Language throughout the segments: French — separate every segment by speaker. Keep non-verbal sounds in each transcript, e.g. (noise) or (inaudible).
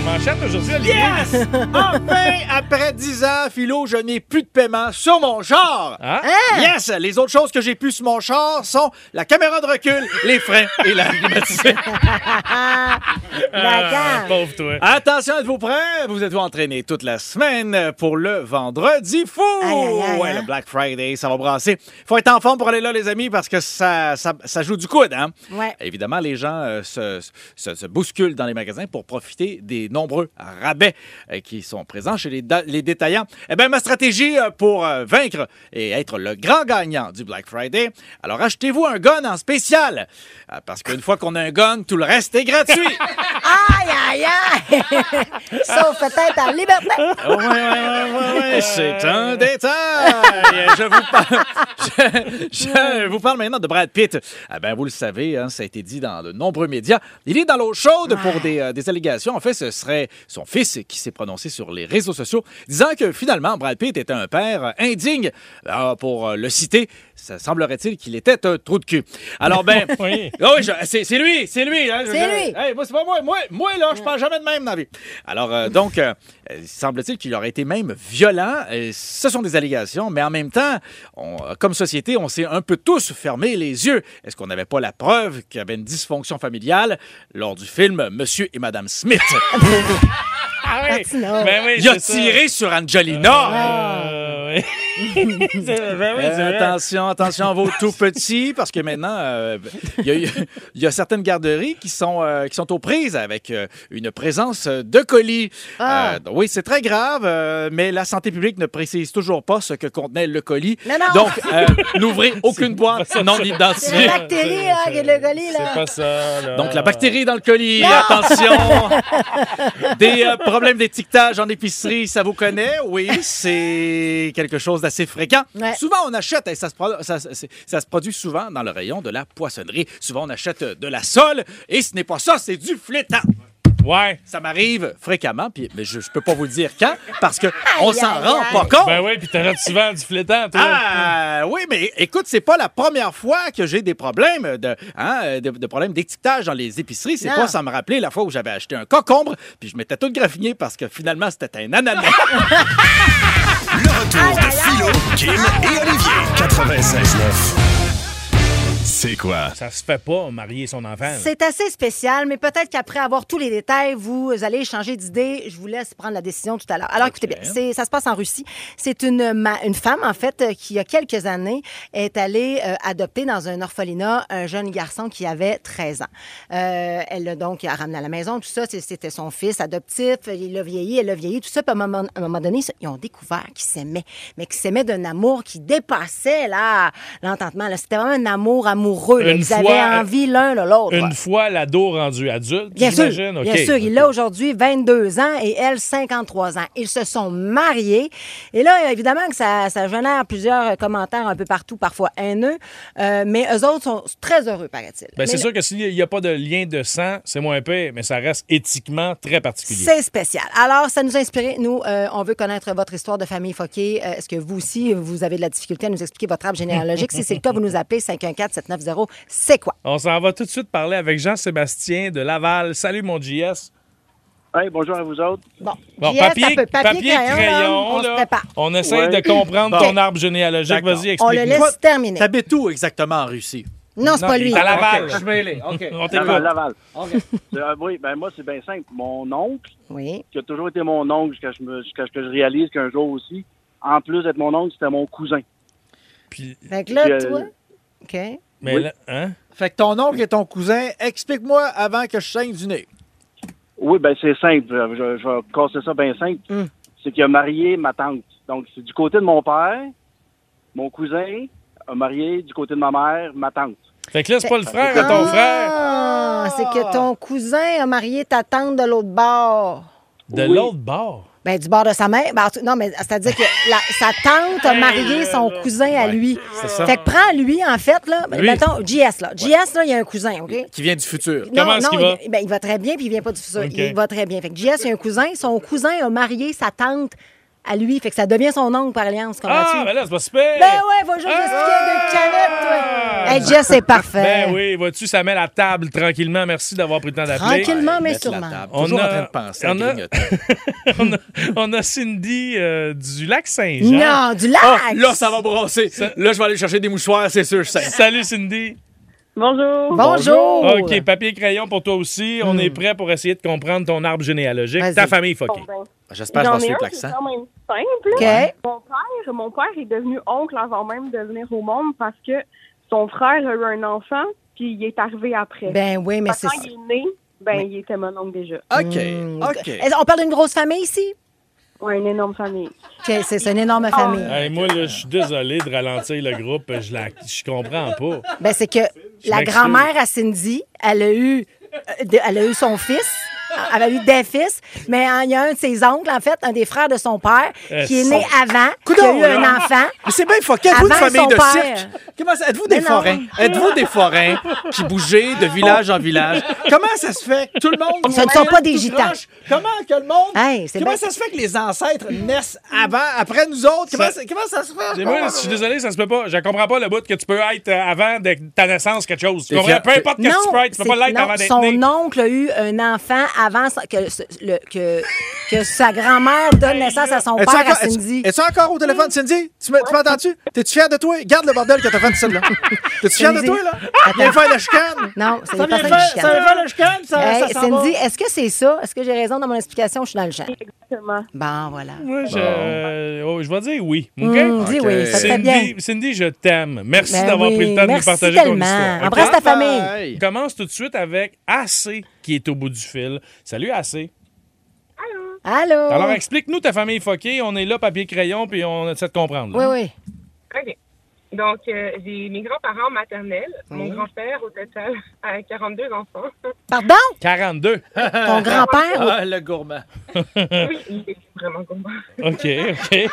Speaker 1: On m'enchaîne aujourd'hui, Olivier.
Speaker 2: Yes! Enfin, après 10 ans, Philo, je n'ai plus de paiement sur mon char.
Speaker 1: Hein?
Speaker 2: Yes! Les autres choses que j'ai pu sur mon char sont la caméra de recul, les freins et la climatisation.
Speaker 1: Ah, pauvre toi.
Speaker 2: Attention, êtes-vous prêts? Vous êtes-vous entraînés toute la semaine pour le vendredi fou?
Speaker 3: Aïe, aïe, aïe,
Speaker 2: ouais,
Speaker 3: hein?
Speaker 2: le Black Friday, ça va brasser. Faut être en forme pour aller là, les amis, parce que ça, ça, ça joue du coude, hein?
Speaker 3: Ouais.
Speaker 2: Évidemment, les gens euh, se, se- se bousculent dans les magasins pour profiter des nombreux rabais euh, qui sont présents chez les, da- les détaillants. Eh bien, ma stratégie euh, pour euh, vaincre et être le grand gagnant du Black Friday, alors achetez-vous un gun en spécial. Euh, Parce qu'une fois qu'on a un gun, tout le reste est gratuit.
Speaker 3: (laughs) Aïe, aïe, aïe! Sauf peut-être en liberté.
Speaker 2: Ouais, ouais, ouais, ouais, ouais, c'est un détail. Je vous, parle, (laughs) je, je vous parle maintenant de Brad Pitt. Ah ben, vous le savez, hein, ça a été dit dans de nombreux médias. Il est dans l'eau chaude pour des, euh, des allégations. En fait, ce serait son fils qui s'est prononcé sur les réseaux sociaux, disant que finalement, Brad Pitt était un père euh, indigne. Alors, pour euh, le citer, ça semblerait-il qu'il était un trou de cul. Alors, ben,
Speaker 1: Oui.
Speaker 2: ah (laughs) oui, je- c'est c'est lui, c'est lui. hein, je-
Speaker 3: C'est
Speaker 2: je-
Speaker 3: lui.
Speaker 2: Hey, moi, c'est pas moi. Moi, moi là, je parle jamais de même dans la vie. Alors, euh, donc, euh, euh, semble-t-il qu'il aurait été même violent. Euh, ce sont des allégations, mais en même temps, on- euh, comme société, on s'est un peu tous fermé les yeux. Est-ce qu'on n'avait pas la preuve qu'il y avait une dysfonction familiale lors du film Monsieur et
Speaker 1: (laughs)
Speaker 2: Madame Smith?
Speaker 1: Ah oui.
Speaker 3: Martineau.
Speaker 1: Ben oui,
Speaker 2: Il a
Speaker 1: c'est ça.
Speaker 2: tiré sur Angelina!
Speaker 3: Ah.
Speaker 1: Euh, oui. (laughs) C'est- ben oui,
Speaker 2: Euh,
Speaker 1: c'est vrai.
Speaker 2: attention, attention à vos tout petits, parce que maintenant, euh, il y, a- il y a certaines garderies qui sont, euh, qui sont aux prises avec euh, une présence de colis.
Speaker 3: Ah.
Speaker 2: Euh, donc oui, c'est très grave, euh, mais la santé publique ne précise toujours pas ce que contenait le colis.
Speaker 3: Non, non.
Speaker 2: Donc, euh,
Speaker 1: (laughs)
Speaker 2: n'ouvrez aucune boîte non
Speaker 3: C'est
Speaker 2: identifiée.
Speaker 3: la bactérie, là, qui est le colis,
Speaker 1: C'est
Speaker 3: là.
Speaker 1: pas ça, là.
Speaker 2: Donc, la bactérie dans le colis,
Speaker 3: (laughs)
Speaker 2: attention! Des euh, problèmes d'étiquetage en épicerie, ça vous connaît? Oui, c'est quelque chose d'assez fréquent.
Speaker 3: Ouais.
Speaker 2: Souvent, on achète, et ça se, pro- ça- c'est- ça se produit souvent dans le rayon de la poissonnerie. Souvent, on achète euh, de la sole, et ce n'est pas ça, c'est du flétan.
Speaker 1: Ouais.
Speaker 2: Ça m'arrive fréquemment, puis, mais je ne peux pas vous le dire quand, parce que on
Speaker 3: Aïe,
Speaker 2: s'en
Speaker 3: aïe,
Speaker 2: rend
Speaker 3: aïe.
Speaker 2: pas compte.
Speaker 1: Ben oui, puis t'arrêtes souvent du flétan, toi.
Speaker 2: Ah oui, mais écoute, c'est pas la première fois que j'ai des problèmes de, hein, de, de problèmes d'étiquetage dans les épiceries. C'est
Speaker 3: Non.
Speaker 2: pas sans me rappeler la fois où j'avais acheté un concombre, puis je m'étais tout graffiné parce que finalement c'était un (laughs) ananas.
Speaker 4: Le retour de Philo, Kim et Olivier. 96.9. C'est quoi?
Speaker 1: Ça se fait pas, marier son enfant. là.
Speaker 3: C'est assez spécial, mais peut-être qu'après avoir tous les détails, vous allez changer d'idée. Je vous laisse prendre la décision tout à l'heure. Alors, écoutez bien, c'est- ça se passe en Russie. C'est une, ma- une femme, en fait, euh, qui, il y a quelques années, est allée euh, adopter dans un orphelinat un jeune garçon qui avait 13 ans. Euh, elle l'a donc ramené à la maison, tout ça. C'est- C'était son fils adoptif. Il l'a vieilli, elle l'a vieilli, tout ça. Puis à un moment, à un moment donné, ils ont découvert qu'ils s'aimaient, mais qu'ils s'aimaient d'un amour qui dépassait là, l'entendement. là. C'était vraiment un amour amoureux. là.
Speaker 1: Une
Speaker 3: Ils
Speaker 1: fois,
Speaker 3: avaient
Speaker 1: euh,
Speaker 3: envie l'un de l'autre. là.
Speaker 1: Une fois l'ado rendu adulte,
Speaker 3: Bien sûr,
Speaker 1: j'imagine.
Speaker 3: bien
Speaker 1: OK.
Speaker 3: sûr. Il a aujourd'hui 22 ans et elle 53 ans. Ils se sont mariés. Et là, évidemment que ça, ça génère plusieurs euh, commentaires un peu partout, parfois haineux. Euh, mais eux autres sont très heureux, paraît-il.
Speaker 1: Ben,
Speaker 3: Mais
Speaker 1: c'est
Speaker 3: là-
Speaker 1: sûr que s'il n'y a pas de lien de sang, c'est moins pire, mais ça reste éthiquement très particulier.
Speaker 3: C'est spécial. Alors, ça nous a inspiré. Nous, euh, on veut connaître votre histoire de famille Foquet. Euh, Est-ce que vous aussi, vous avez de la difficulté à nous expliquer votre arbre généalogique? si c'est le cas, vous nous appelez 514-790. C'est quoi?
Speaker 1: On s'en va tout de suite parler avec Jean-Sébastien de Laval. Salut, mon JS.
Speaker 5: Hey, bonjour à vous autres.
Speaker 3: Bon,
Speaker 1: Bon,
Speaker 3: JS,
Speaker 1: papier,
Speaker 3: ça peut-
Speaker 1: papier, crayon,
Speaker 3: on se
Speaker 1: là.
Speaker 3: prépare.
Speaker 1: On essaye
Speaker 5: Ouais.
Speaker 1: de comprendre
Speaker 2: Bon.
Speaker 1: ton arbre généalogique.
Speaker 2: D'accord.
Speaker 1: Vas-y, explique
Speaker 3: On le laisse terminer.
Speaker 2: T'habites où exactement en Russie?
Speaker 3: Non, c'est
Speaker 1: Non,
Speaker 3: pas
Speaker 1: il
Speaker 3: lui.
Speaker 1: est à Laval. On
Speaker 5: Laval,
Speaker 1: t'écoute.
Speaker 5: Laval. (laughs) C'est- euh, oui, ben moi, c'est bien simple. Mon oncle,
Speaker 3: Oui.
Speaker 5: qui a toujours été mon oncle jusqu'à ce que je me- jusqu'à ce que je réalise qu'un jour aussi, en plus d'être mon oncle, c'était mon cousin.
Speaker 1: Puis-
Speaker 3: Fait que là,
Speaker 5: Puis, euh,
Speaker 3: toi. OK.
Speaker 1: mais
Speaker 5: Oui.
Speaker 1: là, hein?
Speaker 2: Fait que ton oncle et ton cousin, explique-moi avant que je saigne du nez.
Speaker 5: Oui, ben c'est simple. Euh, Je, je vais casser ça bien simple.
Speaker 1: Mm.
Speaker 3: Hum.
Speaker 5: C'est qu'il a marié ma tante. Donc, c'est du côté de mon père, mon cousin a marié du côté de ma mère, ma tante.
Speaker 1: Fait que là, c'est pas le frère de
Speaker 3: Ah,
Speaker 1: ton frère.
Speaker 3: C'est que ton cousin a marié ta tante de l'autre bord.
Speaker 1: De
Speaker 5: Oui.
Speaker 1: l'autre bord.
Speaker 3: Ben, du bord de sa mère. Ben, en tout- non, mais c'est-à-dire que la- sa tante a marié son cousin à lui.
Speaker 1: ça.
Speaker 3: Fait que prends lui, en fait, là. Ben,
Speaker 1: Lui.
Speaker 3: Mettons, JS, là. JS, là, il y a un cousin, OK?
Speaker 2: Qui vient du futur.
Speaker 3: Non,
Speaker 1: Comment est-ce
Speaker 3: non,
Speaker 1: qu'il va?
Speaker 3: Il, ben, il va très bien, puis il vient pas du futur.
Speaker 1: OK.
Speaker 3: Il va très bien. Fait que JS, il y a un cousin. Son cousin a marié sa tante à lui. Fait que ça devient son oncle par alliance, comprends-tu?
Speaker 1: Ah, ben là, c'est pas super.
Speaker 3: Ben ouais, va jouer de canette, toi. Hey, Jess, c'est parfait.
Speaker 1: Ah! Ben oui, vois-tu, ça met la table tranquillement. Merci d'avoir pris le temps d'appeler.
Speaker 3: Tranquillement, mais
Speaker 2: Mettre la
Speaker 3: sûrement.
Speaker 2: table. Toujours
Speaker 1: On a-
Speaker 2: en train de penser à
Speaker 1: on a-
Speaker 2: (laughs) grignoter.
Speaker 1: (laughs) on, a, on a Cindy euh, du lac Saint-Jean.
Speaker 3: Non, du lac!
Speaker 2: Ah, là, ça va brasser. Là, je vais aller chercher des mouchoirs, c'est sûr, je sais.
Speaker 1: Salut Cindy.
Speaker 6: Bonjour.
Speaker 3: Bonjour!
Speaker 1: OK, papier et crayon pour toi aussi. On est prêt pour essayer de comprendre ton arbre généalogique.
Speaker 3: Hmm. Vas-y.
Speaker 1: Ta famille fuckée.
Speaker 6: Bon, ben,
Speaker 2: J'espère que je
Speaker 6: j'en
Speaker 2: vais
Speaker 6: ai
Speaker 2: suivre
Speaker 6: un qui est
Speaker 2: l'accent.
Speaker 6: quand même simple.
Speaker 3: OK.
Speaker 6: Mon père, mon père est devenu oncle avant même de venir au monde parce que son frère a eu un enfant puis il est arrivé après.
Speaker 3: Ben oui, mais
Speaker 6: Fait que
Speaker 3: c'est
Speaker 6: quand il est né, ben il était mon oncle déjà.
Speaker 3: Hmm.
Speaker 2: OK, OK.
Speaker 3: Est-ce- On parle d'une grosse famille ici?
Speaker 6: Ouais, une énorme famille.
Speaker 3: OK, c'est c'est une énorme famille.
Speaker 1: Hey, moi, là, je suis désolé de ralentir le groupe. Je, la, je comprends pas.
Speaker 3: Ben, c'est que la
Speaker 1: m'excuse.
Speaker 3: grand-mère à Cindy, elle a eu, euh, de- elle a eu son fils. Elle a eu des fils, mais hein, il y a un de ses oncles, en fait, un des frères de son père,
Speaker 1: Euh,
Speaker 3: qui est
Speaker 1: son-
Speaker 3: né avant, qui a eu un enfant.
Speaker 2: Mais c'est bien fucké. Êtes-vous une
Speaker 3: Avant
Speaker 2: famille
Speaker 3: son
Speaker 2: de
Speaker 3: père.
Speaker 2: cirque? Comment ça- Êtes-vous des
Speaker 3: Mais non.
Speaker 2: forains? Êtes-vous des forains qui bougez de village en village? Comment ça se fait que tout le monde...
Speaker 3: Ce ne sont pas des
Speaker 2: tout
Speaker 3: gitans.
Speaker 2: proche? Comment que le monde...
Speaker 3: Hey, c'est
Speaker 2: comment
Speaker 3: bien-
Speaker 2: ça se fait que les ancêtres naissent avant, après nous autres? Comment ça, comment ça se fait?
Speaker 1: Mais Moi, je suis désolé, ça se peut pas. Je comprends pas le bout que tu peux être euh, avant de ta naissance quelque chose. Tu
Speaker 2: T'es
Speaker 1: comprends?
Speaker 2: fier-
Speaker 1: Peu importe qu'est-ce que tu peux être, tu peux
Speaker 3: c'est-
Speaker 1: pas l'être
Speaker 3: non,
Speaker 1: avant d'être
Speaker 3: son
Speaker 1: né.
Speaker 3: oncle a eu un enfant avant sa- que, ce- le- que, que sa grand-mère donne naissance à son
Speaker 2: Es-tu
Speaker 3: père, à
Speaker 2: encore,
Speaker 3: Cindy.
Speaker 2: es-tu- es-tu encore au téléphone, Cindy? Tu me- tu m'entends-tu? T'es-tu fier de toi? Garde le bordel que t'as fait de celle-là. T'es-tu fier de
Speaker 3: Cindy.
Speaker 2: toi, là? Viens faire la chicane.
Speaker 3: Non, ça n'est pas
Speaker 2: vient
Speaker 3: ça
Speaker 2: faire,
Speaker 3: que je
Speaker 2: Ah, ça vient faire la chicane, ça,
Speaker 3: Hey,
Speaker 2: ça s'en va.
Speaker 3: Cindy, est-ce que c'est ça? Est-ce que j'ai raison dans mon explication? Je suis dans le champ.
Speaker 6: Exactement.
Speaker 3: Bon, voilà.
Speaker 1: Moi, je, euh, oh, je vais dire oui. OK?
Speaker 3: Hum, dis oui, ça serait bien.
Speaker 1: Cindy, Cindy, je t'aime. Merci
Speaker 3: Ben
Speaker 1: d'avoir
Speaker 3: oui,
Speaker 1: pris le temps de nous
Speaker 3: merci
Speaker 1: partager ton
Speaker 3: tellement.
Speaker 1: histoire. OK?
Speaker 3: Embrasse ta famille.
Speaker 1: On
Speaker 2: Bye.
Speaker 1: commence tout de suite avec AC qui est au bout du fil. Salut AC.
Speaker 3: Allô?
Speaker 1: Alors explique-nous ta famille foquée. On est là, papier crayon, puis on essaie de comprendre.
Speaker 3: oui,
Speaker 1: là.
Speaker 3: oui.
Speaker 6: OK. Donc, euh, j'ai mes grands-parents maternels. Mon grand-père, au total, a 42 enfants.
Speaker 3: Pardon?
Speaker 1: 42.
Speaker 3: Ton grand-père?
Speaker 2: Ah, le gourmand.
Speaker 6: oui, il est vraiment gourmand.
Speaker 1: OK, OK.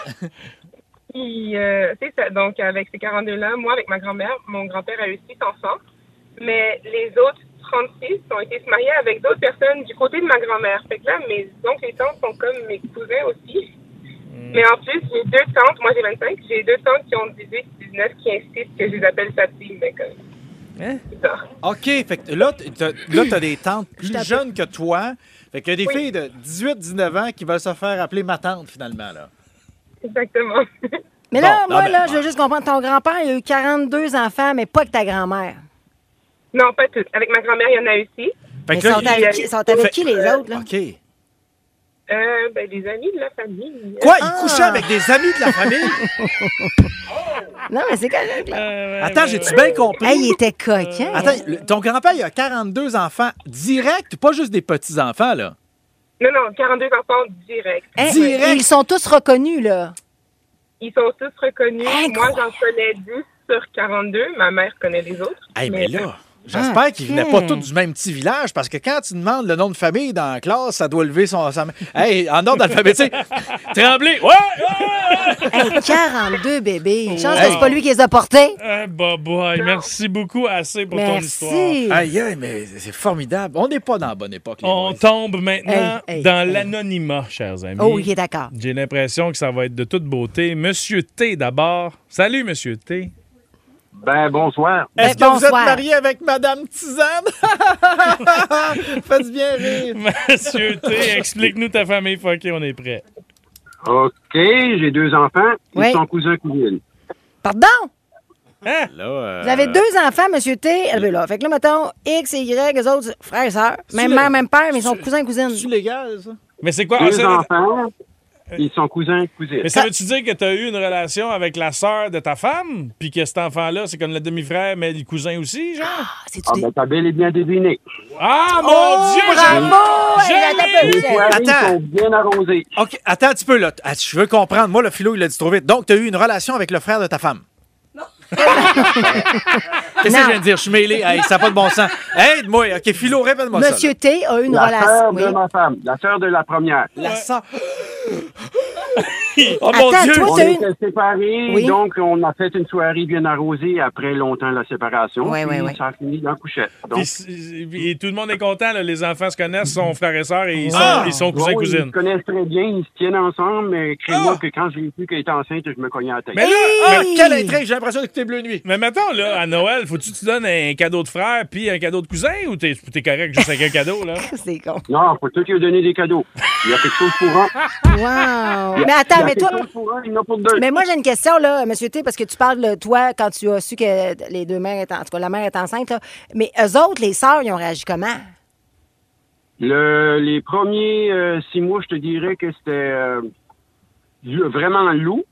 Speaker 6: Puis, euh, c'est ça. Donc, avec ces 42-là, moi, avec ma grand-mère, mon grand-père a eu six enfants. Mais les autres 36 ont été se marier avec d'autres personnes du côté de ma grand-mère. Fait que là, mes oncles et tantes sont comme mes cousins aussi. Mais en plus, j'ai deux tantes. Moi, j'ai 25. J'ai deux tantes qui ont 18, 19, qui insistent que je les appelle Fatih. Mais comme... C'est ça.
Speaker 2: OK, fait que là, t- t'as- là, t'as des tantes plus
Speaker 3: t'appelle.
Speaker 2: jeunes que toi. Fait qu'il y a des
Speaker 6: Oui.
Speaker 2: filles de 18, 19 ans qui veulent se faire appeler ma tante, finalement, là.
Speaker 6: Exactement. (laughs)
Speaker 3: Mais là,
Speaker 2: Bon,
Speaker 3: moi,
Speaker 2: non, mais-
Speaker 3: là, je veux juste comprendre. Ton grand-père, il a eu 42 enfants, mais pas que ta grand-mère.
Speaker 6: non, pas toutes. Avec ma grand-mère, il y en a eu six.
Speaker 2: Fait
Speaker 3: Mais
Speaker 2: que là,
Speaker 3: sont
Speaker 2: il-
Speaker 3: avec, qui, sont avec
Speaker 2: Fait-
Speaker 3: qui, les autres, là?
Speaker 2: OK.
Speaker 6: Euh, ben, des amis de la famille.
Speaker 2: Quoi? Ils couchaient avec des amis de la famille?
Speaker 3: Non, mais c'est correct, là.
Speaker 2: Attends, j'ai-tu bien compris?
Speaker 3: Hey, il était coquin.
Speaker 2: Euh, Attends, le- ton grand-père, il a 42 enfants directs, pas juste des petits-enfants, là.
Speaker 6: Non, non, 42 enfants directs.
Speaker 3: Hey,
Speaker 2: direct.
Speaker 3: Ils sont tous reconnus, là.
Speaker 6: Ils sont tous reconnus. Moi,
Speaker 3: Incroyable.
Speaker 6: j'en connais 10 sur 42. Ma mère connaît les autres.
Speaker 2: Hey, mais là, j'espère qu'ils venaient pas tous du même petit village, parce que quand tu demandes le nom de famille dans la classe, ça doit lever son... sa main. Hey, en ordre alphabétique,
Speaker 1: Tremblé. Ouais! ouais!
Speaker 3: Hey, 42 bébés. Une chance
Speaker 2: Hey.
Speaker 3: que c'est pas lui qui les a portés.
Speaker 1: Ah, bah, boy, merci beaucoup AC pour ton histoire.
Speaker 3: Merci.
Speaker 2: Aïe, aïe, mais c'est formidable. On n'est pas dans la bonne époque. les
Speaker 1: On
Speaker 2: boys.
Speaker 1: tombe maintenant
Speaker 3: Hey, hey,
Speaker 1: dans
Speaker 3: hey.
Speaker 1: l'anonymat, chers amis.
Speaker 3: Oh, il est d'accord.
Speaker 1: J'ai l'impression que ça va être de toute beauté. Monsieur T d'abord. Salut, Monsieur T. (laughs)
Speaker 5: Ben, bonsoir.
Speaker 3: Ben,
Speaker 2: Est-ce que vous êtes
Speaker 3: bonsoir.
Speaker 2: marié avec Madame Tisane? (laughs) Faites bien rire.
Speaker 1: Monsieur T, explique-nous ta famille fuckée, on est prêt.
Speaker 5: OK, j'ai deux enfants. Ils
Speaker 3: Oui.
Speaker 5: sont cousins cousines.
Speaker 3: Pardon?
Speaker 1: Hein?
Speaker 2: Là, euh,
Speaker 3: Vous avez deux enfants, monsieur T. Eh ben là, fait que là, mettons, X et Y, eux autres, frères et sœurs. Même
Speaker 2: le-
Speaker 3: mère, même père, mais ils sont cousins et cousines.
Speaker 2: C'est-tu légal, ça?
Speaker 1: Mais c'est quoi? Ah,
Speaker 5: Deux
Speaker 1: ça-
Speaker 5: enfants. Ils sont cousins cousines.
Speaker 1: mais ça veut-tu dire que tu as eu une relation avec la sœur de ta femme? Puis que cet enfant-là, c'est comme le demi-frère, mais le cousin aussi, genre?
Speaker 3: Ah, c'est-tu
Speaker 5: Ah,
Speaker 3: des-
Speaker 5: ben, t'as bel et bien deviné.
Speaker 1: Ah, mon
Speaker 2: Oh,
Speaker 1: Dieu!
Speaker 3: Bravo!
Speaker 1: j'ai-
Speaker 3: Hey, attends un peu,
Speaker 5: Les
Speaker 3: j'ai-
Speaker 5: poils
Speaker 2: Attends.
Speaker 5: sont bien arrosés.
Speaker 2: OK, attends un petit peu, là. Ah, Je veux comprendre. Moi, le philo, il l'a dit trop vite. Donc, tu as eu une relation avec le frère de ta femme? Non. (laughs) Qu'est-ce que je viens de dire? Je suis mêlé. Hey, ça n'a pas de bon sens. Aide-moi. OK, philo, répète-moi ça.
Speaker 3: Monsieur T a une
Speaker 5: La
Speaker 3: relation.
Speaker 5: sœur
Speaker 3: oui.
Speaker 5: de ma femme, la sœur de la première.
Speaker 2: là. La sœur. (laughs) Oh
Speaker 3: Attends, toi,
Speaker 5: On
Speaker 3: t'as eu...
Speaker 5: était séparés,
Speaker 3: Oui.
Speaker 5: donc on a fait une soirée bien arrosée après longtemps la séparation.
Speaker 3: Ouais,
Speaker 5: puis
Speaker 3: ouais, ouais.
Speaker 5: Ça a fini dans la couchette. Donc,
Speaker 1: Puis c- Et, tout le monde est content, là, les enfants se connaissent, sont frères et sœurs et ils sont,
Speaker 3: Ah!
Speaker 1: ils sont
Speaker 5: bon, ils se
Speaker 1: cousins-cousines.
Speaker 5: connaissent très bien, ils se tiennent ensemble, mais crée-moi
Speaker 1: Ah!
Speaker 5: que quand j'ai vu qu'elle était enceinte, je me cognais la tête.
Speaker 1: Mais là,
Speaker 2: Ah,
Speaker 3: Hey!
Speaker 2: quelle intrigue! J'ai l'impression d'écouter Bleu Nuit.
Speaker 1: mais mettons, là, à Noël, faut-tu que tu donnes un cadeau de frère puis un cadeau de cousin ou t'es t'es correct juste avec un cadeau, là?
Speaker 3: (laughs) C'est con.
Speaker 5: Non, faut tout lui donner des cadeaux. Il y a quelque chose pour un.
Speaker 3: Wow. Mais attends,
Speaker 5: il y a
Speaker 3: mais
Speaker 5: quelque
Speaker 3: toi...
Speaker 5: chose pour un, il y en a pour deux.
Speaker 3: Mais moi, j'ai une question, là, monsieur T, parce que tu parles de toi quand tu as su que les deux mères étaient... En tout cas, la mère est enceinte, là. Mais eux autres, les sœurs, ils ont réagi comment?
Speaker 5: Le- les premiers euh, six mois, je te dirais que c'était euh, lo- vraiment lourd.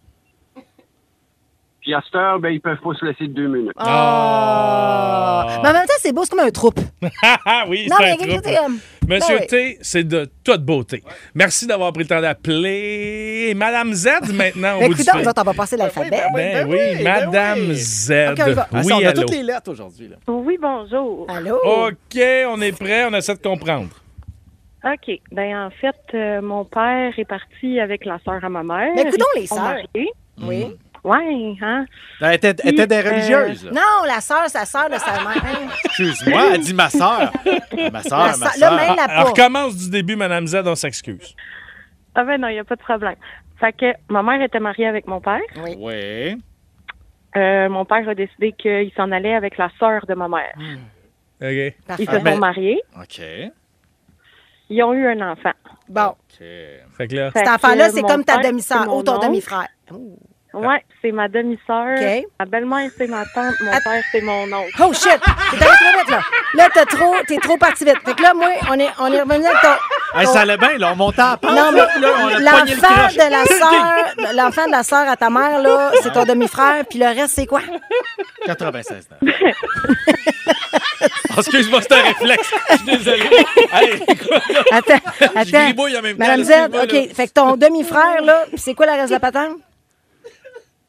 Speaker 5: Puis à cette heure, ben, ils peuvent pas se laisser de deux minutes.
Speaker 1: Ah.
Speaker 3: Mais en même temps, c'est beau, c'est comme un troupe.
Speaker 1: Ah, ah, (laughs) oui,
Speaker 3: Non,
Speaker 1: c'est
Speaker 3: mais
Speaker 1: un
Speaker 3: quelque
Speaker 1: trouble.
Speaker 3: chose, euh,
Speaker 1: Monsieur
Speaker 3: ben oui.
Speaker 1: T, c'est de toute beauté. Merci d'avoir pris le temps d'appeler. Madame Z, maintenant, au
Speaker 3: Mais
Speaker 1: bout du
Speaker 3: Ben écoute, nous
Speaker 1: fil.
Speaker 3: autres, on va passer l'alphabet.
Speaker 1: Ben
Speaker 2: Ben
Speaker 1: oui,
Speaker 2: oui, ben
Speaker 1: Madame
Speaker 2: oui.
Speaker 1: Z.
Speaker 3: Ok, on y va.
Speaker 2: Ah, ça,
Speaker 1: oui,
Speaker 2: on a
Speaker 1: allô.
Speaker 2: toutes les lettres aujourd'hui. là.
Speaker 7: Oui, bonjour.
Speaker 3: Allô?
Speaker 1: Oh, OK, on est prêt, on essaie de comprendre.
Speaker 7: OK. Ben en fait, euh, mon père est parti avec la sœur à ma mère.
Speaker 3: Mais coudonc, Ben, les
Speaker 7: Ils sont
Speaker 3: sœurs. Mm.
Speaker 7: mariés.
Speaker 3: Oui.
Speaker 7: Ouais, hein.
Speaker 2: Elle était, elle était des religieuses. là.
Speaker 3: Non, la sœur, sa sœur de
Speaker 2: (laughs)
Speaker 3: sa mère.
Speaker 2: Excuse-moi, elle dit ma sœur. ma
Speaker 3: La
Speaker 2: sœur, ma
Speaker 3: sœur- Là, même
Speaker 2: sœur. Ah,
Speaker 3: la
Speaker 1: Alors,
Speaker 3: peau.
Speaker 1: recommence du début, Madame Z, on s'excuse.
Speaker 7: Ah ben non, il n'y a pas de problème. Fait que ma mère était mariée avec mon père.
Speaker 2: Oui.
Speaker 7: Euh, mon père a décidé qu'il s'en allait avec la sœur de ma mère.
Speaker 1: OK.
Speaker 7: Ils
Speaker 3: Parfait.
Speaker 7: se
Speaker 2: Ah, mais-
Speaker 7: sont mariés.
Speaker 2: OK.
Speaker 7: Ils ont eu un enfant.
Speaker 3: Bon,
Speaker 2: OK.
Speaker 1: Fait que là,
Speaker 7: Fait
Speaker 3: cet
Speaker 7: que,
Speaker 3: enfant-là,
Speaker 7: euh,
Speaker 3: c'est
Speaker 7: mon
Speaker 3: comme ta
Speaker 7: père, c'est
Speaker 3: demi-sœur
Speaker 7: mon
Speaker 3: ou ton
Speaker 7: oncle.
Speaker 3: demi-frère. Ouh.
Speaker 7: Ouais, c'est ma demi-sœur.
Speaker 3: OK.
Speaker 7: Ma belle-mère, c'est ma tante. Mon
Speaker 3: Att-
Speaker 7: père, c'est mon oncle.
Speaker 3: Oh shit! T'es allé trop vite, là. Là, t'es trop, t'es trop parti vite. Fait que là, moi, on est, on est revenu avec ton.
Speaker 2: Hey,
Speaker 3: ton-
Speaker 2: ça allait bien, là, on montait à pente.
Speaker 3: Non, mais
Speaker 2: Ah, là, là, on a pogné le
Speaker 3: l'enfant
Speaker 2: crochet. (laughs)
Speaker 3: de la sœur, l'enfant de la sœur à ta mère, là, c'est ton demi-frère, puis le reste, c'est quoi?
Speaker 2: 96 ans. Oh, Excuse-moi, c'est un réflexe. Je suis désolé. Hey,
Speaker 3: Attends,
Speaker 2: (laughs) je
Speaker 3: attends.
Speaker 2: gribouille en même temps.
Speaker 3: Madame Z,
Speaker 2: excuse-moi, là.
Speaker 3: OK. Fait que ton demi-frère, là, puis c'est quoi le reste de la patente?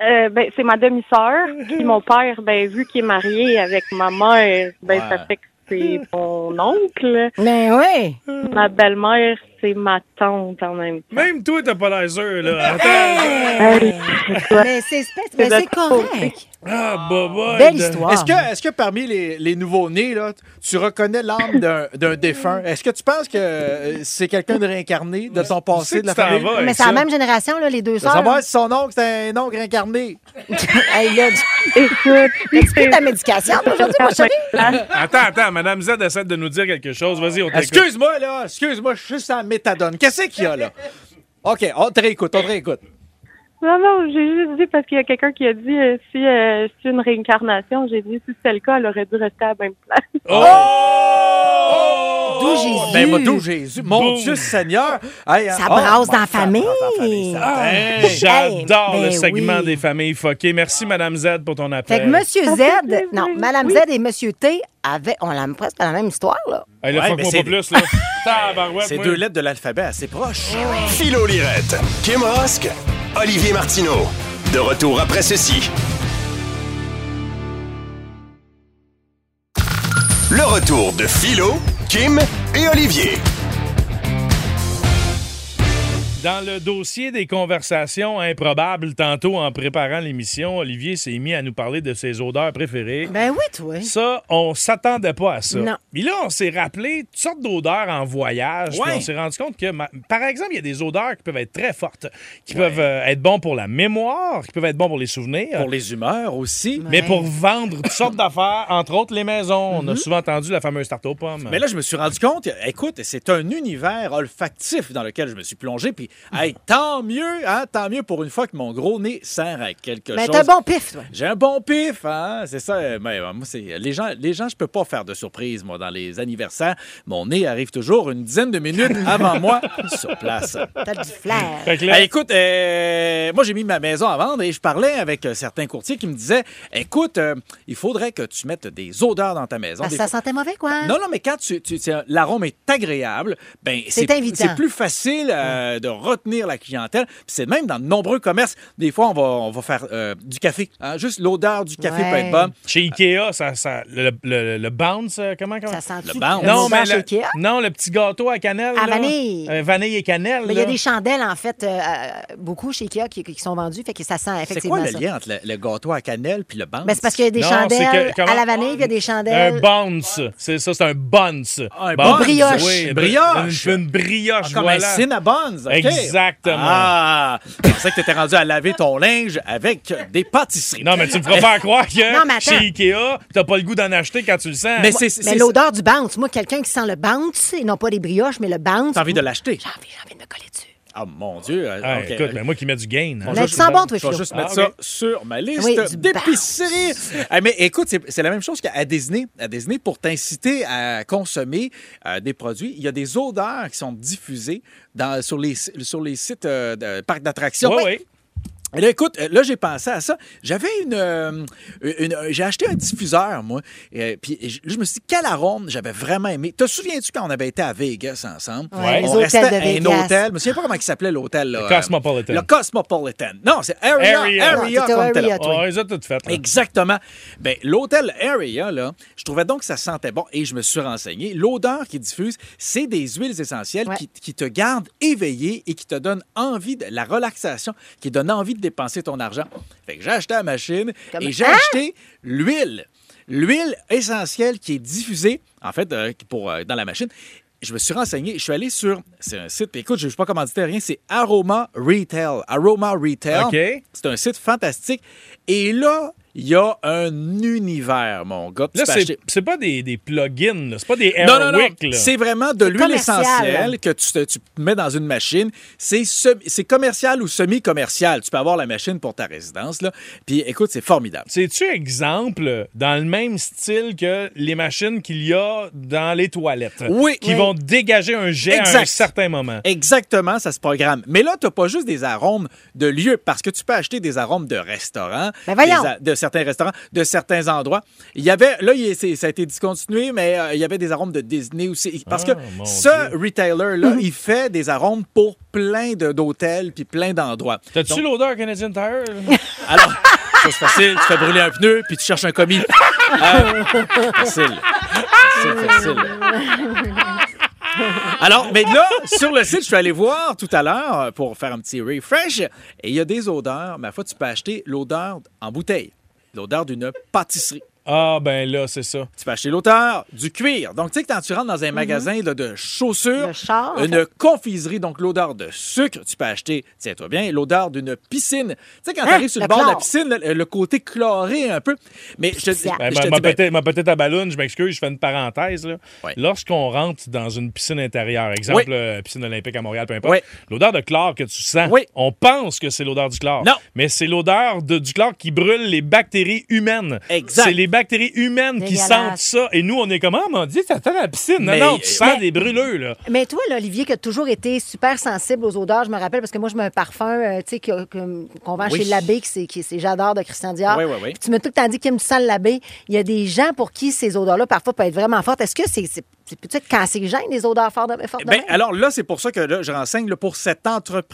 Speaker 7: Euh, ben, c'est ma demi-sœur.
Speaker 3: (laughs)
Speaker 7: Puis mon père, ben, vu qu'il est marié avec ma mère, ben,
Speaker 2: Ouais.
Speaker 7: ça fait que c'est mon oncle.
Speaker 3: Mais oui.
Speaker 7: Ma belle-mère, c'est ma tante en même temps.
Speaker 1: même toi, t'as pas l'air sûr, là. Attends.
Speaker 3: Mais c'est spéc- mais c'est correct.
Speaker 1: Ah, boboy.
Speaker 3: Belle
Speaker 1: de-
Speaker 3: histoire.
Speaker 2: Est-ce que, est que parmi les, les nouveaux-nés, là, tu reconnais l'âme d'un d'un défunt? Est-ce que tu penses que euh, c'est quelqu'un de réincarné, de son
Speaker 1: Tu sais
Speaker 2: passé,
Speaker 1: que
Speaker 2: de la
Speaker 1: tu t'en
Speaker 2: famille?
Speaker 1: vas.
Speaker 3: Mais
Speaker 1: avec
Speaker 3: c'est la
Speaker 1: ça.
Speaker 3: même génération, là, les deux
Speaker 2: De
Speaker 3: sœurs.
Speaker 2: savoir si son oncle c'est un oncle réincarné.
Speaker 3: (laughs) Hey, là,
Speaker 7: (laughs) Écoute,
Speaker 3: (laughs) tu pris ta médication toi, aujourd'hui,
Speaker 7: (laughs)
Speaker 3: ma chérie?
Speaker 1: Attends, attends, Madame Z essaie de nous dire quelque chose. Vas-y, on t'écoute.
Speaker 2: Ah, Excuse-moi, là. Excuse-moi, je suis juste à la méthadone. Qu'est-ce qu'il y a, là? OK, on te réécoute, on te réécoute.
Speaker 7: non, non, j'ai juste dit parce qu'il y a quelqu'un qui a dit euh, si euh, c'est une réincarnation, j'ai dit si c'était le cas, elle aurait dû rester à la même place.
Speaker 1: Oh!
Speaker 3: D'où Jésus?
Speaker 2: Ben, va d'où Jésus? Mon
Speaker 1: Boum.
Speaker 2: Dieu Seigneur! Hey,
Speaker 3: Ça
Speaker 2: oh,
Speaker 3: brasse
Speaker 2: ben,
Speaker 3: dans la
Speaker 2: ça
Speaker 3: famille.
Speaker 2: brasse dans la famille, ça
Speaker 1: Ah.
Speaker 2: brasse.
Speaker 1: J'adore
Speaker 3: Hey,
Speaker 1: le
Speaker 3: ben
Speaker 1: segment
Speaker 3: oui.
Speaker 1: des familles fuckées. Merci, Madame Z, pour ton appel.
Speaker 3: Fait que Monsieur Z,
Speaker 7: plaisir.
Speaker 3: non, Madame Z et Monsieur T avaient, on l'a presque la même histoire, là.
Speaker 1: Hey, là,
Speaker 2: Ouais,
Speaker 1: fuck-moi
Speaker 2: mais c'est-
Speaker 1: pas plus, là. Tabarouette,
Speaker 2: C'est
Speaker 1: moi.
Speaker 2: deux lettres de l'alphabet assez proches.
Speaker 4: Philo Lirette, Kim Rosk, Olivier Martineau. De retour après ceci. Le retour de Philo, Kim et Olivier.
Speaker 1: Dans le dossier des conversations improbables, tantôt en préparant l'émission, Olivier s'est mis à nous parler de ses odeurs préférées.
Speaker 3: Ben oui, toi.
Speaker 1: Ça, on s'attendait pas à ça.
Speaker 3: Non.
Speaker 1: Mais là, on s'est rappelé toutes sortes d'odeurs en voyage.
Speaker 2: Ouais.
Speaker 1: puis On s'est rendu compte que, ma- par exemple, il y a des odeurs qui peuvent être très fortes, qui peuvent euh, être bons pour la mémoire, qui peuvent être bons pour les souvenirs.
Speaker 2: Pour les humeurs aussi.
Speaker 1: Mais pour vendre toutes sortes d'affaires, entre autres les maisons.
Speaker 3: Mm-hmm.
Speaker 1: On a souvent entendu la fameuse tarte aux pommes.
Speaker 2: Mais là, je me suis rendu compte, écoute, c'est un univers olfactif dans lequel je me suis plongé. Puis, hey, tant mieux, hein, tant mieux pour une fois que mon gros nez sert à quelque
Speaker 3: Mais
Speaker 2: chose.
Speaker 3: Ben, t'as bon pif, toi.
Speaker 2: J'ai un bon pif, hein? C'est ça. euh, Mais euh, moi, c'est. Les gens, les gens, je peux pas faire de surprise, moi, dans les anniversaires. Mon nez arrive toujours une dizaine de minutes avant moi sur place.
Speaker 3: T'as du flair.
Speaker 1: Fait que là,
Speaker 2: Hey, écoute, euh, moi, j'ai mis ma maison à vendre et je parlais avec euh, certains courtiers qui me disaient Écoute, euh, il faudrait que tu mettes des odeurs dans ta maison.
Speaker 3: Parce
Speaker 2: Des
Speaker 3: que ça
Speaker 2: fois-
Speaker 3: sentait mauvais, quoi. hein?
Speaker 2: non, non, mais quand tu, tu- tu- l'arôme est agréable, ben
Speaker 3: C'est invitant.
Speaker 2: plus facile euh, de retenir la clientèle. Puis c'est même dans de nombreux commerces. Des fois, on va, on va faire euh, du café. hein. Juste l'odeur du café
Speaker 3: Ouais.
Speaker 2: peut être bonne.
Speaker 1: Chez Ikea, ça, ça- le, le- le bounce, euh, comment, comment?
Speaker 3: Ça sent
Speaker 2: Le bounce.
Speaker 1: non, mais
Speaker 3: chez
Speaker 1: le,
Speaker 3: Ikea?
Speaker 1: non, le petit gâteau à cannelle.
Speaker 3: À
Speaker 1: là.
Speaker 3: vanille.
Speaker 1: Euh, vanille et cannelle.
Speaker 3: Mais il y a
Speaker 1: là.
Speaker 3: des chandelles, en fait, euh, euh, beaucoup chez Ikea qui, qui sont vendues, fait que ça sent
Speaker 2: C'est
Speaker 3: effectivement
Speaker 2: quoi le
Speaker 3: ça.
Speaker 2: lien entre le, le gâteau à cannelle puis le banc?
Speaker 3: Ben, c'est parce qu'il y a des
Speaker 1: Non,
Speaker 3: chandelles
Speaker 1: c'est que- comment-
Speaker 3: à la vanille, puis il y a des
Speaker 1: Un
Speaker 3: chandelles...
Speaker 1: bounce. C'est ça, c'est un bounce.
Speaker 2: Ah, Un
Speaker 1: Bounce.
Speaker 2: bounce.
Speaker 3: Brioche.
Speaker 1: Oui,
Speaker 2: Une brioche.
Speaker 1: Une, une brioche,
Speaker 2: Ah, Comme
Speaker 1: voilà.
Speaker 2: un Cinnabons. ok.
Speaker 1: Exactement.
Speaker 2: Ah, je pensais que tu étais rendu à laver ton linge avec des pâtisseries.
Speaker 1: Non, mais tu me feras pas croire que
Speaker 3: Non, mais attends.
Speaker 1: chez Ikea, t'as pas le goût d'en acheter quand tu le sens.
Speaker 2: Mais c'est. c'est-
Speaker 3: Mais l'odeur du bounce, moi, quelqu'un qui sent le bounce, et non pas les brioches, mais le bounce...
Speaker 2: T'as envie de l'acheter?
Speaker 3: J'ai envie, j'ai envie de me coller dessus.
Speaker 2: Ah, mon Dieu. euh,
Speaker 1: Ah,
Speaker 2: ok.
Speaker 1: Écoute, mais moi qui mets du gain. hein.
Speaker 3: Mais tu sens bon, toi,
Speaker 2: Je vais
Speaker 3: Philo.
Speaker 2: juste
Speaker 1: Ah,
Speaker 2: mettre
Speaker 1: ok.
Speaker 2: ça sur ma liste
Speaker 3: Oui, du
Speaker 2: d'épicerie. Ah, mais écoute, c'est- c'est la même chose qu'à Disney. À Disney, pour t'inciter à consommer euh, des produits, il y a des odeurs qui sont diffusées dans, sur, les, sur les sites euh, de parcs d'attractions.
Speaker 1: Ouais,
Speaker 2: Oui.
Speaker 1: ouais.
Speaker 2: Et Là, écoute, euh, là, j'ai pensé à ça. J'avais une. euh, une- euh, j'ai acheté un diffuseur, moi. Et, euh, puis je, je me suis dit, quelle arôme j'avais vraiment aimé. Te souviens-tu quand on avait été à Vegas ensemble?
Speaker 3: Ouais, les
Speaker 2: on
Speaker 3: hôtels
Speaker 2: restait
Speaker 3: de
Speaker 2: à un
Speaker 3: Vegas.
Speaker 2: hôtel. Je me souviens pas comment il s'appelait l'hôtel.
Speaker 1: Le
Speaker 2: là.
Speaker 1: Cosmopolitan.
Speaker 2: Le Cosmopolitan. Non, c'est Area.
Speaker 1: Area.
Speaker 2: Area,
Speaker 3: Ouais, c'était
Speaker 2: comme tel.
Speaker 3: Area.
Speaker 1: On les a toutes faites. là.
Speaker 2: Exactement. Ben, l'hôtel Area, là, je trouvais donc que ça sentait bon et je me suis renseigné. L'odeur qui diffuse, c'est des huiles essentielles
Speaker 3: Ouais.
Speaker 2: qui, qui te gardent éveillé et qui te donnent envie de la relaxation, qui donne envie de dépenser ton argent. Fait que j'ai acheté la machine
Speaker 3: Comme-
Speaker 2: et j'ai acheté l'huile. L'huile essentielle qui est diffusée, en fait, euh, pour, euh, dans la machine. Je me suis renseigné, je suis allé sur. C'est un site, écoute, je ne suis pas commandité rien, c'est Aroma Retail. Aroma Retail.
Speaker 1: OK.
Speaker 2: C'est un site fantastique. Et là, il y a un univers, mon gars. Tu
Speaker 1: Là,
Speaker 2: peux
Speaker 1: c'est
Speaker 2: acheter-
Speaker 1: c'est pas des, des plugins, là. c'est pas des
Speaker 2: non, non, non.
Speaker 1: Airwick. là.
Speaker 2: C'est vraiment de l'huile
Speaker 3: commercial.
Speaker 2: essentielle que tu, te- tu mets dans une machine. C'est semi- c'est commercial ou semi-commercial. Tu peux avoir la machine pour ta résidence. Là. Puis écoute, c'est formidable.
Speaker 1: C'est-tu exemple dans le même style que les machines qu'il y a dans les toilettes?
Speaker 2: Oui.
Speaker 1: Qui
Speaker 2: Oui.
Speaker 1: vont dégager un jet à un
Speaker 2: Exact.
Speaker 1: certain moment.
Speaker 2: Exactement, ça se programme. Mais là, tu n'as pas juste des arômes de lieux, parce que tu peux acheter des arômes de restaurants,
Speaker 3: Ben voyons.
Speaker 2: des a- de certains restaurants, de certains endroits. Il y avait, là, il est- c'est- ça a été discontinué, mais euh, il y avait des arômes de Disney aussi. Parce
Speaker 1: Ah, mon
Speaker 2: que ce retailer-là, il fait des arômes pour plein de- d'hôtels puis plein d'endroits.
Speaker 1: T'as-tu
Speaker 2: Donc,
Speaker 1: l'odeur Canadian Tire? là?
Speaker 2: (laughs) Alors, chose facile, tu fais brûler un pneu puis tu cherches un commis. Euh, facile. Facile, facile. Alors, mais là, sur le site, je suis allé voir tout à l'heure euh, pour faire un petit refresh. Et il y a des odeurs. Ma foi, tu peux acheter l'odeur en bouteille, l'odeur d'une pâtisserie.
Speaker 1: Ah, ben là, c'est ça.
Speaker 2: Tu peux acheter l'odeur du cuir. Donc, tu sais, que quand tu rentres dans un magasin là, de chaussures,
Speaker 3: Mhm. Le char, en
Speaker 2: une confiserie, donc l'odeur de sucre, tu peux acheter, tiens-toi bien, l'odeur d'une piscine. Tu sais, quand
Speaker 3: Hein?
Speaker 2: tu arrives sur
Speaker 3: Le
Speaker 2: le bord de la
Speaker 3: chlore.
Speaker 2: piscine, là, le, côté chloré un peu. Mais je te dis.
Speaker 3: Spécial.
Speaker 1: Ben,
Speaker 2: je te
Speaker 1: ma,
Speaker 2: dis,
Speaker 1: ma
Speaker 2: ben,
Speaker 1: petite, ma petite à ballon, je m'excuse, je fais une parenthèse. là.
Speaker 2: Ouais.
Speaker 1: Lorsqu'on rentre dans une piscine intérieure, exemple
Speaker 2: Oui.
Speaker 1: euh, piscine olympique à Montréal, peu importe,
Speaker 2: Oui.
Speaker 1: l'odeur de chlore que tu sens,
Speaker 2: Oui.
Speaker 1: on pense que c'est l'odeur du chlore.
Speaker 2: Non.
Speaker 1: Mais c'est l'odeur de- du chlore qui brûle les bactéries humaines.
Speaker 2: Exact.
Speaker 1: C'est les bactéries humaines qui
Speaker 3: Dégueulasse.
Speaker 1: sentent ça. Et nous, on est comme, ah, mon Dieu, ça sent la piscine. Non,
Speaker 2: Mais- euh,
Speaker 1: non, tu sens
Speaker 3: Mais-
Speaker 1: des brûleux. Là.
Speaker 3: Mais toi, là, Olivier, qui a toujours été super sensible aux odeurs, je me rappelle, parce que moi, je mets un parfum euh, tu sais, que- que- qu'on vend
Speaker 2: Oui.
Speaker 3: chez l'abbé, que c'est, qui, c'est J'adore de Christian Dior.
Speaker 2: Oui, oui, oui.
Speaker 3: Puis tu m'as tout le temps dit, Kim, tu sens le l'abbé. Il y a des gens pour qui ces odeurs-là, parfois, peuvent être vraiment fortes. Est-ce que c'est, c'est, c'est peut-être cancérigène, les odeurs fortes de, fortes de
Speaker 2: Ben,
Speaker 3: même?
Speaker 2: alors là, c'est pour ça que là, je renseigne là, pour cette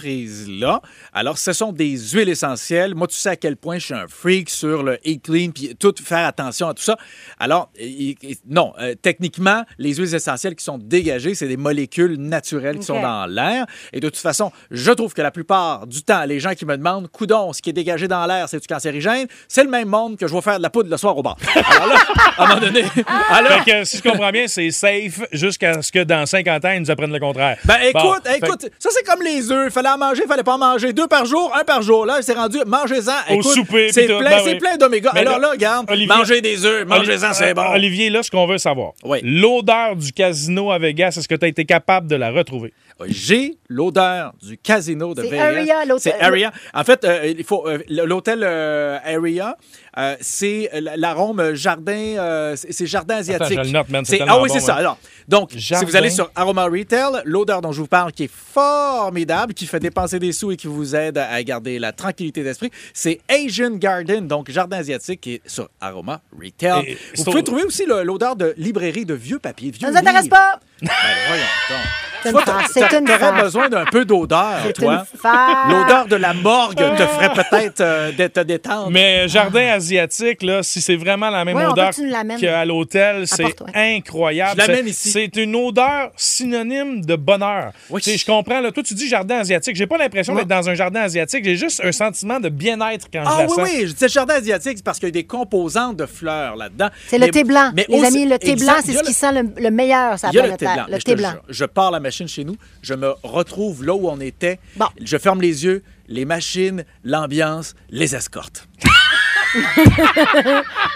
Speaker 2: entreprise-là. Alors, ce sont des huiles essentielles. Moi, tu sais à quel point je suis un freak sur le Eat Clean, puis tout, faire attention à tout ça. Alors, il- il- non, euh, techniquement, les huiles essentielles qui sont dégagées, c'est des molécules naturelles qui sont
Speaker 3: Ok.
Speaker 2: dans l'air. Et de toute façon, je trouve que la plupart du temps, les gens qui me demandent, coudon, ce qui est dégagé dans l'air, c'est du cancérigène, c'est le même monde que je vais faire de la poudre le soir au bar. Alors là, à un moment donné,
Speaker 3: Ah,
Speaker 2: alors,
Speaker 1: Fait que, si je comprends bien, c'est safe jusqu'à ce que dans 50 ans, ils nous apprennent le contraire.
Speaker 2: Ben
Speaker 1: Bon,
Speaker 2: écoute,
Speaker 1: fait-
Speaker 2: écoute, ça c'est comme les œufs. Fallait en manger, fallait pas en manger. Deux par jour, un par jour. Là, c'est rendu, mangez-en.
Speaker 1: Au
Speaker 2: Écoute,
Speaker 1: souper,
Speaker 2: C'est
Speaker 1: puis tout.
Speaker 2: plein,
Speaker 1: Ben
Speaker 2: c'est
Speaker 1: oui.
Speaker 2: plein d'oméga.
Speaker 1: Mais
Speaker 2: Alors
Speaker 1: là,
Speaker 2: là, regarde,
Speaker 1: Olivier-
Speaker 2: mangez des œufs, mangez-en, c'est bon.
Speaker 1: euh, Olivier, là, ce qu'on veut savoir,
Speaker 2: Oui.
Speaker 1: l'odeur du casino à Vegas, est-ce que tu as été capable de la retrouver?
Speaker 2: Euh, J'ai l'odeur du casino de
Speaker 3: C'est
Speaker 2: Vegas.
Speaker 3: Area, l'hôtel.
Speaker 2: C'est Area. En fait, euh, il faut euh, l'hôtel euh, Area, euh, c'est l'arôme jardin, euh, c'est c'est jardin asiatique.
Speaker 1: je le note, man, c'est
Speaker 2: C'est-
Speaker 1: tellement
Speaker 2: ah oui,
Speaker 1: bon,
Speaker 2: c'est ça.
Speaker 1: man.
Speaker 2: Alors, donc,
Speaker 1: Jardin.
Speaker 2: si vous allez sur Aroma Retail, l'odeur dont je vous parle qui est formidable, qui fait dépenser des sous et qui vous aide à garder la tranquillité d'esprit, c'est Asian Garden, donc jardin asiatique qui est sur Aroma Retail.
Speaker 1: Et-
Speaker 2: vous
Speaker 1: c'est au-
Speaker 2: pouvez trouver aussi le- l'odeur de librairie de vieux papier, vieux
Speaker 3: Ça nous intéresse
Speaker 2: livres.
Speaker 3: pas.
Speaker 2: Ben, voyons donc.
Speaker 3: C'est une
Speaker 2: Toi,
Speaker 3: farce,
Speaker 2: t'a-
Speaker 3: c'est une
Speaker 2: t'a- T'aurais
Speaker 3: farce.
Speaker 2: besoin d'un peu d'odeur,
Speaker 3: C'est
Speaker 2: toi.
Speaker 3: une farce.
Speaker 2: L'odeur de la morgue te ferait peut-être euh, dé- te détendre.
Speaker 1: Mais euh, jardin asiatique, là, si c'est vraiment la même
Speaker 3: Ouais, on veut
Speaker 1: odeur
Speaker 3: que tu nous l'amènes.
Speaker 1: qu'à l'hôtel, c'est
Speaker 3: Apporte-toi.
Speaker 1: incroyable.
Speaker 2: Je l'amène
Speaker 1: C'est-
Speaker 2: ici.
Speaker 1: C'est une odeur synonyme de bonheur.
Speaker 2: Oui.
Speaker 1: Tu sais, Je comprends. Là, toi, tu dis jardin asiatique. J'ai pas l'impression
Speaker 2: Non.
Speaker 1: d'être dans un jardin asiatique. J'ai juste un sentiment de bien-être quand je
Speaker 2: Ah
Speaker 1: la
Speaker 2: oui,
Speaker 1: sens.
Speaker 2: oui, je disais jardin asiatique, c'est parce qu'il y a des composantes de fleurs là-dedans.
Speaker 3: C'est le
Speaker 2: Mais-
Speaker 3: thé blanc.
Speaker 2: mais
Speaker 3: Les
Speaker 2: aussi-
Speaker 3: amis, le thé
Speaker 2: exact,
Speaker 3: blanc, c'est
Speaker 2: il y
Speaker 3: ce
Speaker 2: a
Speaker 3: qui sent le, le meilleur sur la
Speaker 2: Il y a le
Speaker 3: planète
Speaker 2: thé
Speaker 3: Terre.
Speaker 2: blanc. mais
Speaker 3: Le
Speaker 2: je
Speaker 3: thé
Speaker 2: te
Speaker 3: blanc.
Speaker 2: jure, je pars la machine chez nous, je me retrouve là où on était.
Speaker 3: Bon.
Speaker 2: Je ferme les yeux, les machines, l'ambiance, les escortes.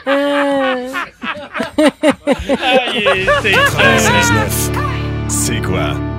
Speaker 1: Ah, il est- c'est-
Speaker 4: 96.9. C'est quoi